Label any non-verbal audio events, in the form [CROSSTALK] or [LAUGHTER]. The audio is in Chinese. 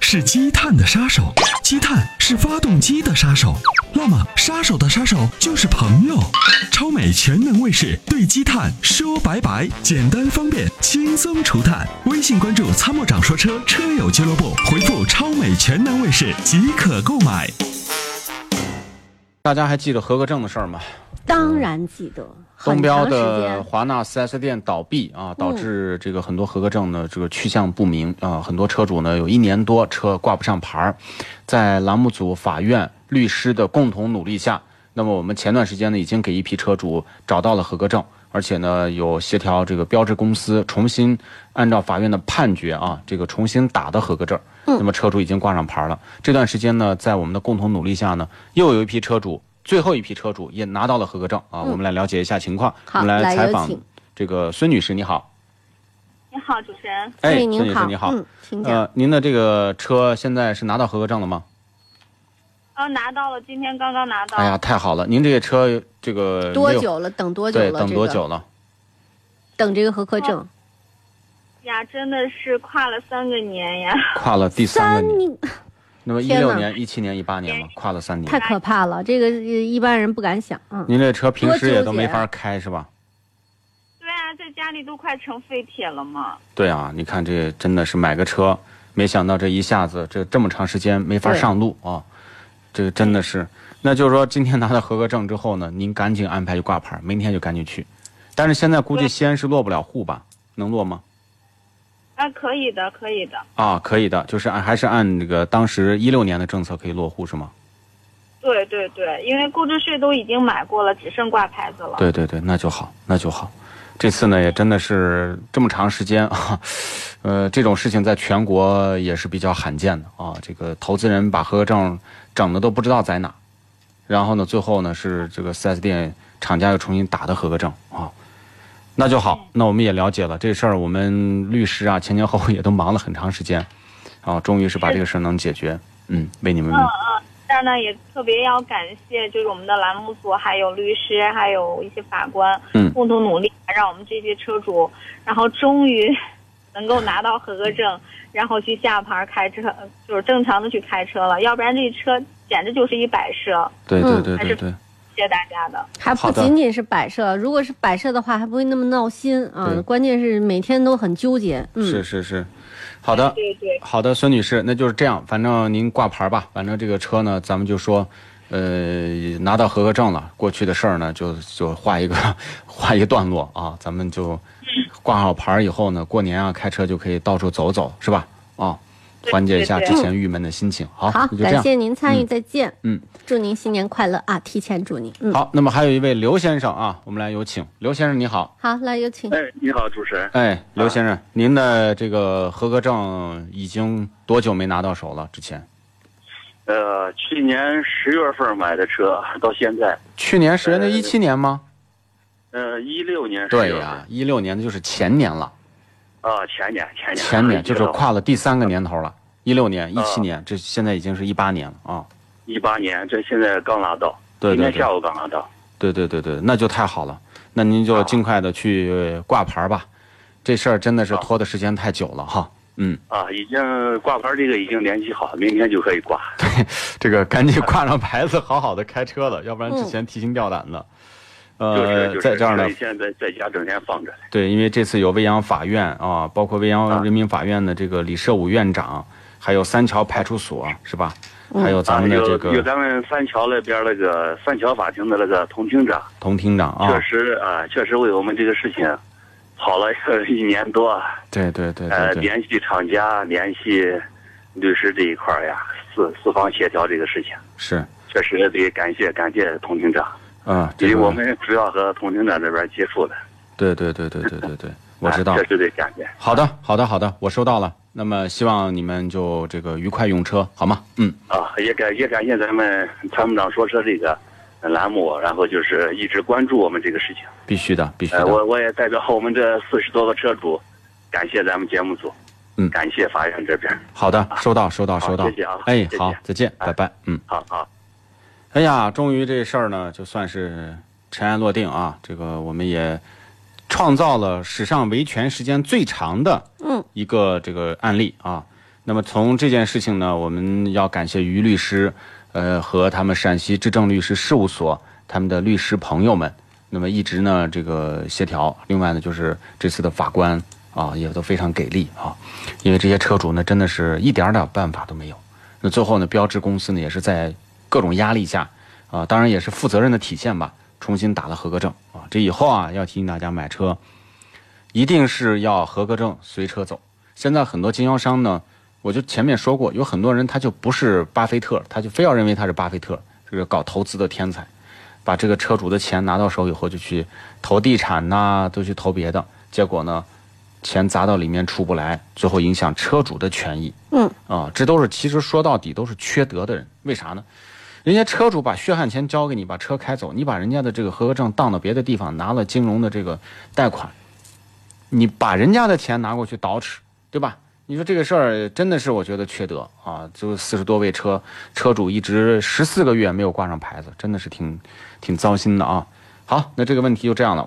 是积碳的杀手，积碳是发动机的杀手。那么，杀手的杀手就是朋友。超美全能卫士对积碳说拜拜，简单方便，轻松除碳。微信关注“参谋长说车”车友俱乐部，回复“超美全能卫士”即可购买。大家还记得合格证的事儿吗？当然记得。东很标长时的间，嗯华纳 4S 店倒闭啊，导致这个很多合格证呢这个去向不明啊，很多车主呢有一年多车挂不上牌儿。在栏目组、法院、律师的共同努力下，那么我们前段时间呢已经给一批车主找到了合格证，而且呢有协调这个标志公司重新按照法院的判决啊，这个重新打的合格证。那么车主已经挂上牌儿了。这段时间呢，在我们的共同努力下呢，又有一批车主。最后一批车主也拿到了合格证啊，我们来了解一下情况。好我们来来采有访请这个孙女士，你好。你好，主持人。哎，对孙您女士好，你好。嗯，请讲。呃，您的这个车现在是拿到合格证了吗？啊，拿到了，今天刚刚拿到。哎呀，太好了！您这个车这个多没有？久了？等多久对，了？等多这久个？了？等这个合格证呀，真的是跨了三个年呀！ [LAUGHS] 跨了第三个年，年，那么一天六哪年、一七年、一八年嘛，跨了三太年。可怕了，这个呃一般人不敢想啊。您这车平时也多都纠结没啊法开是吧？对啊，在家里都快成废铁了嘛。对啊，你看这真的是买个车，没想到这一下子这这么长时间没法对上路啊，这个真的是。那就是说，今天拿到合格证之后呢，您赶紧安排去挂牌，明天就赶紧去。但是现在估计对西安市落不了户吧？能落吗？啊，可以的，可以的。啊，可以的，就是按还是按这个当时一六年的政策可以落户是吗？对对对，因为购置税都已经买过了，只剩挂牌子了。对对对，那就好，那就好。这次呢，也真的是这么长时间啊，呃，这种事情在全国也是比较罕见的啊。这个投资人把合格证整的都不知道在哪，然后呢，最后呢是这个 4S 店厂家又重新打的合格证啊。那就好，那我们也了解了这事儿，我们律师啊前前后后也都忙了很长时间，啊，终于是把这个事儿能解决，嗯，为你们但呢，也特别要感谢，就是我们的栏目组，还有律师，还有一些法官，嗯共同努力，让我们这些车主，然后终于 [LAUGHS] 能够拿到合格证，然后去下牌开车，就是正常的去开车了。要不然这车简直就是一摆设，对对嗯对还对是对。谢谢大家的。还不好的仅仅是摆设，如果是摆设的话，还不会那么闹心啊对。关键是每天都很纠结。嗯，是是是，好的，对对，好的，孙女士，那就是这样，反正您挂牌吧，反正这个车呢，咱们就说，呃，拿到合格证了，过去的事儿呢，就就画一个 [LAUGHS] 画一个段落啊，咱们就挂好牌以后呢，过年啊，开车就可以到处走走，是吧？啊，缓解一下对之对前郁闷的心情。好，好那，就这感样。谢您参与，再见。嗯，祝您新年快乐啊！提前祝您。嗯，好，那么还有一位刘先生啊，我们来有请刘先生，你好。好，来有请。哎，你好，主持人。哎，刘先生，您的这个合格证已经多久没拿到手了？之前？呃，去年十月份买的车，到现在，去年十月那呃一七年吗？呃，一六年十对月份呀、一六年就是前年了，啊，前年，前年，前年就是跨了第三个年头了。一六年、一啊七年，这现在已经是一八年了啊！一八年，这现在刚拿到，对对今天对下午刚拿到。对对对对，那就太好了。那您就尽快的去呃挂牌吧，这事儿真的是好拖的时间太久了哈。 [LAUGHS] 嗯，啊，已经挂牌这个已经联系好，明天就可以挂。这个赶紧挂上牌子，好好的开车了，要不然之前提心吊胆的。就是呃，就是，在这样的所以现在在家整天放着嘞。对，因为这次有未央法院啊，包括未央啊人民法院的这个李社武院长，还有三桥派出所是吧？还有咱们的啊这有个有咱们三桥那边那个三桥法庭的那个童厅长，童厅长啊确，实啊，确实为我们这个事情跑了一年多啊。对对对呃，对对，联系厂家、联系律师这一块儿呀，四四方协调这个事情，是，确实得感谢感谢童厅长，啊，因这为个我们主要和童厅长这边接触的，对对对对对 [LAUGHS] 对对，我知道啊确。实得感谢。好的，好的，好的，我收到了。那么希望你们就这个愉快用车，好吗？嗯，啊，也感也感谢咱们参谋长说车这个栏目，然后就是一直关注我们这个事情。必须的，必须呃，的。我我也代表我们这四十多个车主，感谢咱们节目组，嗯感谢法院这边，好的，收到，收到，啊好收到谢谢啊。哎谢，谢好，再见，哎拜拜。嗯，好好。哎呀，终于这事儿呢，就算是尘埃落定啊。这个我们也创造了史上维权时间最长的嗯一个这个案例啊。那么从这件事情呢，我们要感谢于律师，呃，和他们陕西智正律师事务所他们的律师朋友们，那么一直呢这个协调。另外呢，就是这次的法官啊也都非常给力啊，因为这些车主呢真的是一点儿点办法都没有。那最后呢，标志公司呢也是在各种压力下啊，当然也是负责任的体现吧，重新打了合格证啊。这以后啊，要提醒大家买车一定是要合格证随车走。现在很多经销商呢，我就前面说过，有很多人他就不是巴菲特，他就非要认为他是巴菲特，这个搞投资的天才，把这个车主的钱拿到手以后就去投地产呐、都去投别的，结果呢，钱砸到里面出不来，最后影响车主的权益。嗯，啊，这都是其实说到底都是缺德的人，为啥呢？人家车主把血汗钱交给你，把车开走，你把人家的这个合格证当到别的地方，拿了金融的这个贷款，你把人家的钱拿过去捯饬，对吧？你说这个事儿真的是我觉得缺德啊！就四十多位车车主一直十四个月没有挂上牌子，真的是挺挺糟心的啊。好，那这个问题就这样了。